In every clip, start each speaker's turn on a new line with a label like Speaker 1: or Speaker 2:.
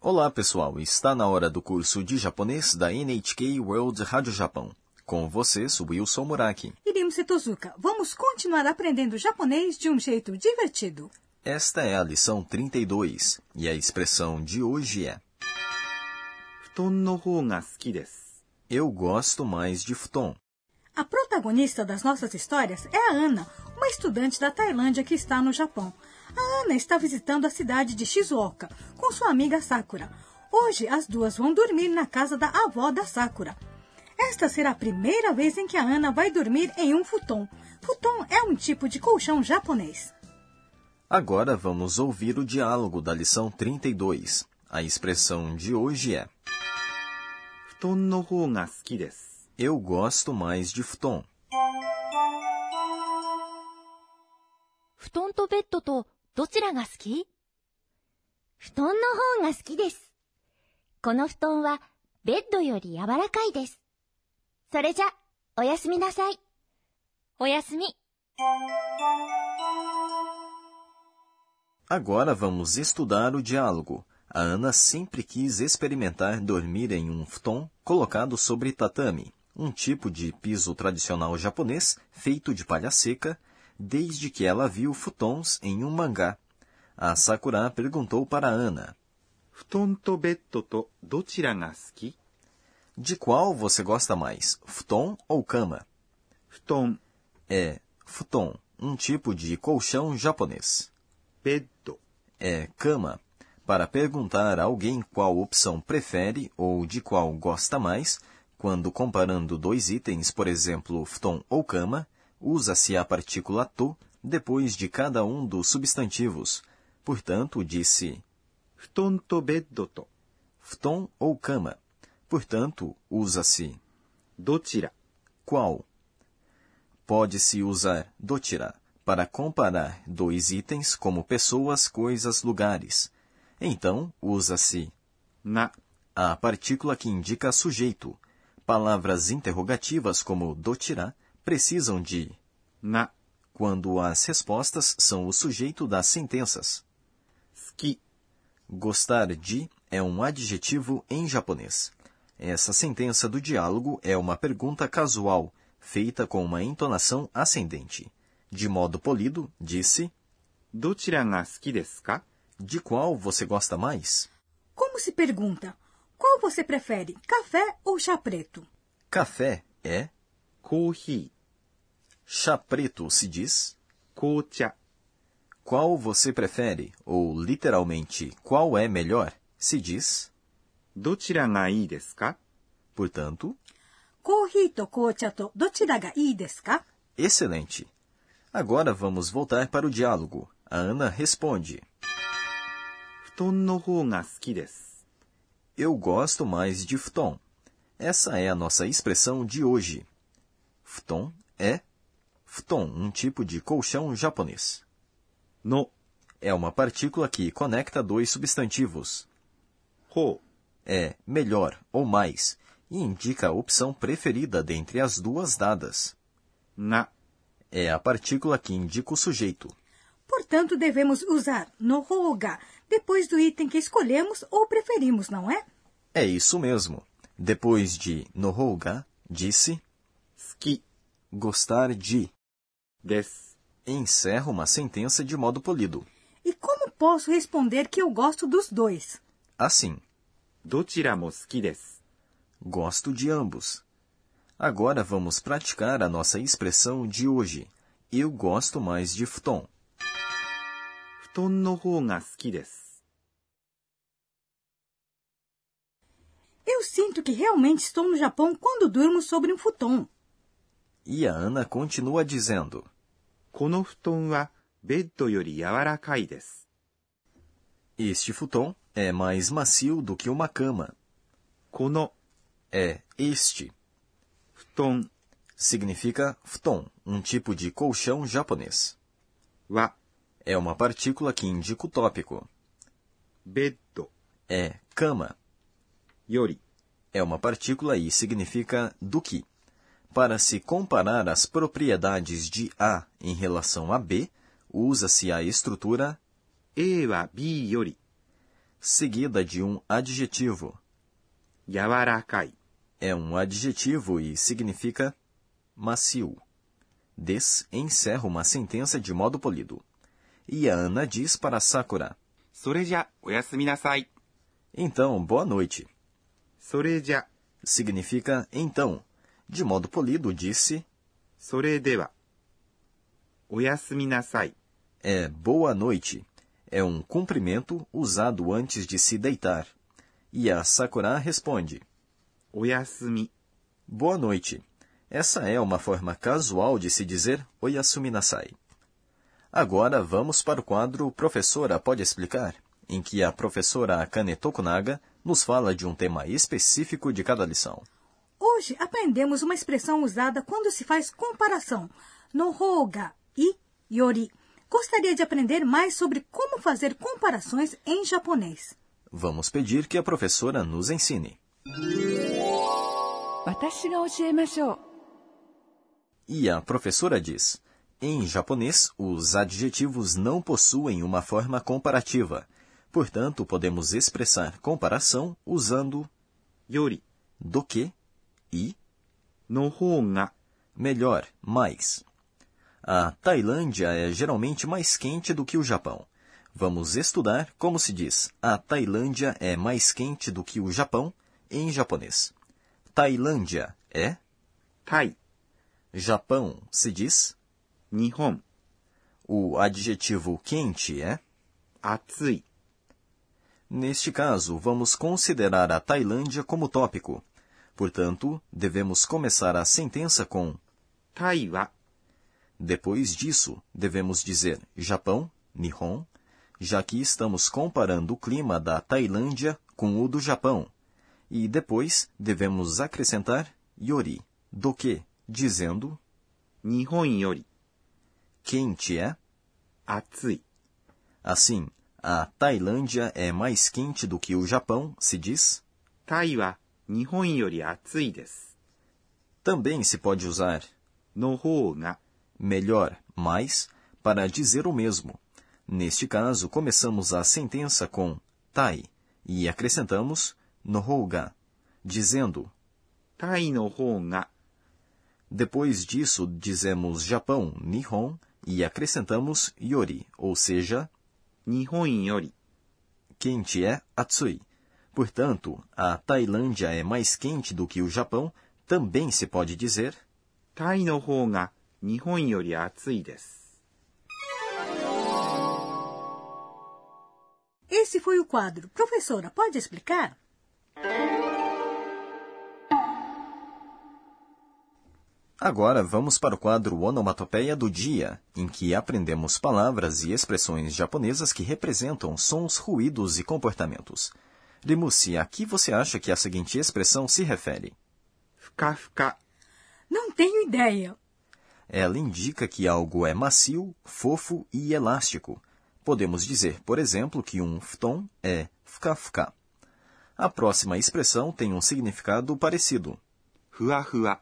Speaker 1: Olá, pessoal! Está na hora do curso de japonês da NHK World Rádio Japão. Com vocês, Wilson Muraki.
Speaker 2: Irimse Tozuka, vamos continuar aprendendo japonês de um jeito divertido.
Speaker 1: Esta é a lição 32 e a expressão de hoje é
Speaker 3: 布団の方が好きです。
Speaker 1: Eu gosto mais de futon.
Speaker 2: A protagonista das nossas histórias é a Ana, uma estudante da Tailândia que está no Japão. A Ana está visitando a cidade de Shizuoka com sua amiga Sakura. Hoje as duas vão dormir na casa da avó da Sakura. Esta será a primeira vez em que a Ana vai dormir em um futon. Futon é um tipo de colchão japonês.
Speaker 1: Agora vamos ouvir o diálogo da lição 32. A expressão de hoje é
Speaker 3: 布団の方が好きです。
Speaker 1: Eu gosto mais de futon.
Speaker 4: 布団とベッドとどちらが好き布団の方が好きです。この布団はベッドより柔らかいです。それじゃ、おやすみなさい。おやすみ。
Speaker 1: Agora vamos estudar o diálogo. A Ana sempre quis experimentar dormir em um futon colocado sobre tatame, um tipo de piso tradicional japonês feito de palha seca, desde que ela viu futons em um mangá. A Sakura perguntou para a Ana:
Speaker 3: 布団とベッドとどちらが好き
Speaker 1: De qual você gosta mais, futon ou cama?
Speaker 3: 布団、
Speaker 1: É futon, um tipo de colchão japonês.
Speaker 3: ベッド、
Speaker 1: é cama. Para perguntar a alguém qual opção prefere ou de qual gosta mais, quando comparando dois itens, por exemplo, futon ou cama, usa-se a partícula to depois de cada um dos substantivos. Portanto, disse
Speaker 3: 布団とベッドと
Speaker 1: futon ou cama. Portanto, usa-se
Speaker 3: どちら
Speaker 1: qual. Pode-se usar dotira para comparar dois itens como pessoas, coisas, lugares. Então, usa-se
Speaker 3: が
Speaker 1: a partícula que indica sujeito. Palavras interrogativas como dotirá precisam de
Speaker 3: が
Speaker 1: quando as respostas são o sujeito das sentenças.
Speaker 3: 好き
Speaker 1: Gostar de é um adjetivo em japonês. Essa sentença do diálogo é uma pergunta casual, feita com uma entonação ascendente. De modo polido, disse:
Speaker 3: どちらが好きですか
Speaker 1: De qual você gosta mais?
Speaker 2: Como se pergunta? Qual você prefere, café ou chá preto?
Speaker 1: Café é,
Speaker 3: コーヒ
Speaker 1: chá preto se diz.
Speaker 3: ー、紅茶、
Speaker 1: Qual você prefere? Ou, literalmente, qual é melhor? Se diz.
Speaker 3: どちらがいいですか
Speaker 1: Portanto,
Speaker 2: コーヒーと紅茶とどちらがいいですか
Speaker 1: excelente. Agora vamos voltar para o diálogo. A Ana responde:
Speaker 3: 布団の方が好きです。
Speaker 1: Eu gosto mais de futon. Essa é a nossa expressão de hoje. Futon é futon, um tipo de colchão japonês.
Speaker 3: の
Speaker 1: É uma partícula que conecta dois substantivos.
Speaker 3: 方
Speaker 1: é melhor ou mais e indica a opção preferida dentre as duas dadas.
Speaker 3: が
Speaker 1: é a partícula que indica o sujeito.
Speaker 2: Portanto, devemos usar no roga depois do item que escolhemos ou preferimos, não é?
Speaker 1: É isso mesmo. Depois de nohouga, disse
Speaker 3: 好き
Speaker 1: gostar de.
Speaker 3: です。
Speaker 1: Encerra uma sentença de modo polido.
Speaker 2: E como posso responder que eu gosto dos dois?
Speaker 1: Assim,
Speaker 3: どちらも好きです。
Speaker 1: gosto de ambos. Agora vamos praticar a nossa expressão de hoje. Eu gosto mais de futon.
Speaker 3: 布団の方が好きです。
Speaker 2: Eu sinto que realmente estou no Japão quando durmo sobre um futon.
Speaker 1: E a Ana continua dizendo.
Speaker 3: この布団はベッドより柔らかいです。
Speaker 1: Este futon é mais macio do que uma cama.
Speaker 3: この
Speaker 1: É este.
Speaker 3: 布団
Speaker 1: Significa futon, um tipo de colchão japonês.
Speaker 3: は
Speaker 1: é uma partícula que indica o tópico.
Speaker 3: ベッド
Speaker 1: É cama.
Speaker 3: より
Speaker 1: É uma partícula e significa do que. Para se comparar as propriedades de A em relação a B, usa-se a estrutura
Speaker 3: A は B より
Speaker 1: seguida de um adjetivo.
Speaker 3: 柔らかい、
Speaker 1: É um adjetivo e significa macio. Des encerra uma sentença de modo polido. E a Ana diz para Sakura:
Speaker 3: それじゃおやすみなさい、
Speaker 1: Então, boa noite.
Speaker 3: それじゃ、
Speaker 1: Significa então. De modo polido, disse
Speaker 3: それでは、おやすみなさい、
Speaker 1: é boa noite. É um cumprimento usado antes de se deitar. E a Sakura responde:
Speaker 3: おやすみ、
Speaker 1: Boa noite. Essa é uma forma casual de se dizer Oyasumi Nasai. Agora vamos para o quadro Professora Pode Explicar, em que a professora Akane Tokunaga nos fala de um tema específico de cada lição.
Speaker 2: Hoje aprendemos uma expressão usada quando se faz comparação, no roga e yori. Gostaria de aprender mais sobre como fazer comparações em japonês.
Speaker 1: Vamos pedir que a professora nos ensine.
Speaker 5: 私が教えましょう
Speaker 1: E a professora diz: em japonês, os adjetivos não possuem uma forma comparativa. Portanto, podemos expressar comparação usando
Speaker 3: より
Speaker 1: do que e
Speaker 3: の方が
Speaker 1: melhor, mais. A Tailândia é geralmente mais quente do que o Japão. Vamos estudar como se diz a Tailândia é mais quente do que o Japão em japonês. Tailândia é,
Speaker 3: タイ、
Speaker 1: Japão se diz,
Speaker 3: 日本、
Speaker 1: o adjetivo quente é.
Speaker 3: 暑い、
Speaker 1: Neste caso, vamos considerar a Tailândia como tópico. Portanto, devemos começar a sentença com
Speaker 3: タイは
Speaker 1: Depois disso, devemos dizer Japão, Nihon, já que estamos comparando o clima da Tailândia com o do Japão. E depois devemos acrescentar Yori, do que, dizendo
Speaker 3: 日本より
Speaker 1: quente é.
Speaker 3: 暑い、
Speaker 1: Assim, a Tailândia é mais quente do que o Japão, se diz.
Speaker 3: タイは日本より暑いです。
Speaker 1: Também se pode usar
Speaker 3: の方が
Speaker 1: melhor, mais, para dizer o mesmo. Neste caso, começamos a sentença com tai e acrescentamos nohouga, dizendo.
Speaker 3: タイの方が
Speaker 1: Depois disso, dizemos Japão, Nihon, e acrescentamos yori, ou seja,
Speaker 3: 日本より
Speaker 1: quente é atsui. Portanto, a Tailândia é mais quente do que o Japão, também se pode dizer
Speaker 3: タイの方が日本より暑いです。
Speaker 2: Esse foi o quadro. Professora, pode explicar?
Speaker 1: Agora vamos para o quadro Onomatopeia do Dia, em que aprendemos palavras e expressões japonesas que representam sons, ruídos e comportamentos. Rimusi, a que você acha que a seguinte expressão se refere?
Speaker 3: ふかふか、
Speaker 2: Não tenho ideia.
Speaker 1: Ela indica que algo é macio, fofo e elástico. Podemos dizer, por exemplo, que um futon é fuka-fuka. A próxima expressão tem um significado parecido.
Speaker 3: ふわふわ、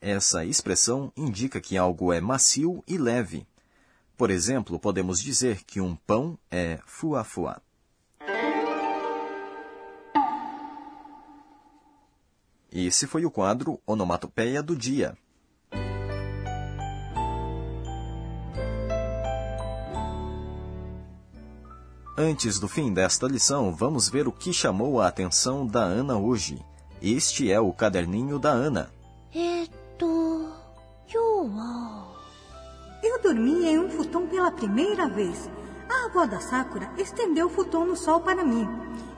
Speaker 1: Essa expressão indica que algo é macio e leve. Por exemplo, podemos dizer que um pão é fuá-fuá. Esse foi o quadro Onomatopeia do Dia. Antes do fim desta lição, vamos ver o que chamou a atenção da Ana hoje. Este é o caderninho da Ana.
Speaker 4: えーっと、今日は、
Speaker 2: Eu dormi em um futon pela primeira vez. A avó da Sakura estendeu o futon no sol para mim.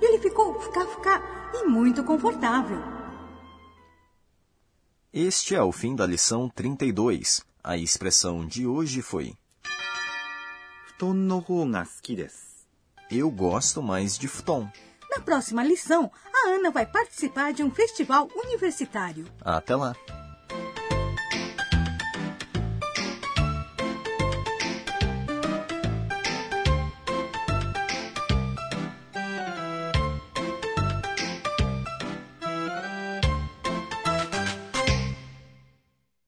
Speaker 2: Ele ficou ficar ficar e muito confortável.
Speaker 1: Este é o fim da lição 32. A expressão de hoje foi:
Speaker 3: 布団の方が好きです。
Speaker 1: Eu gosto mais de futon.
Speaker 2: Na próxima lição, a Ana vai participar de um festival universitário.
Speaker 1: Até lá!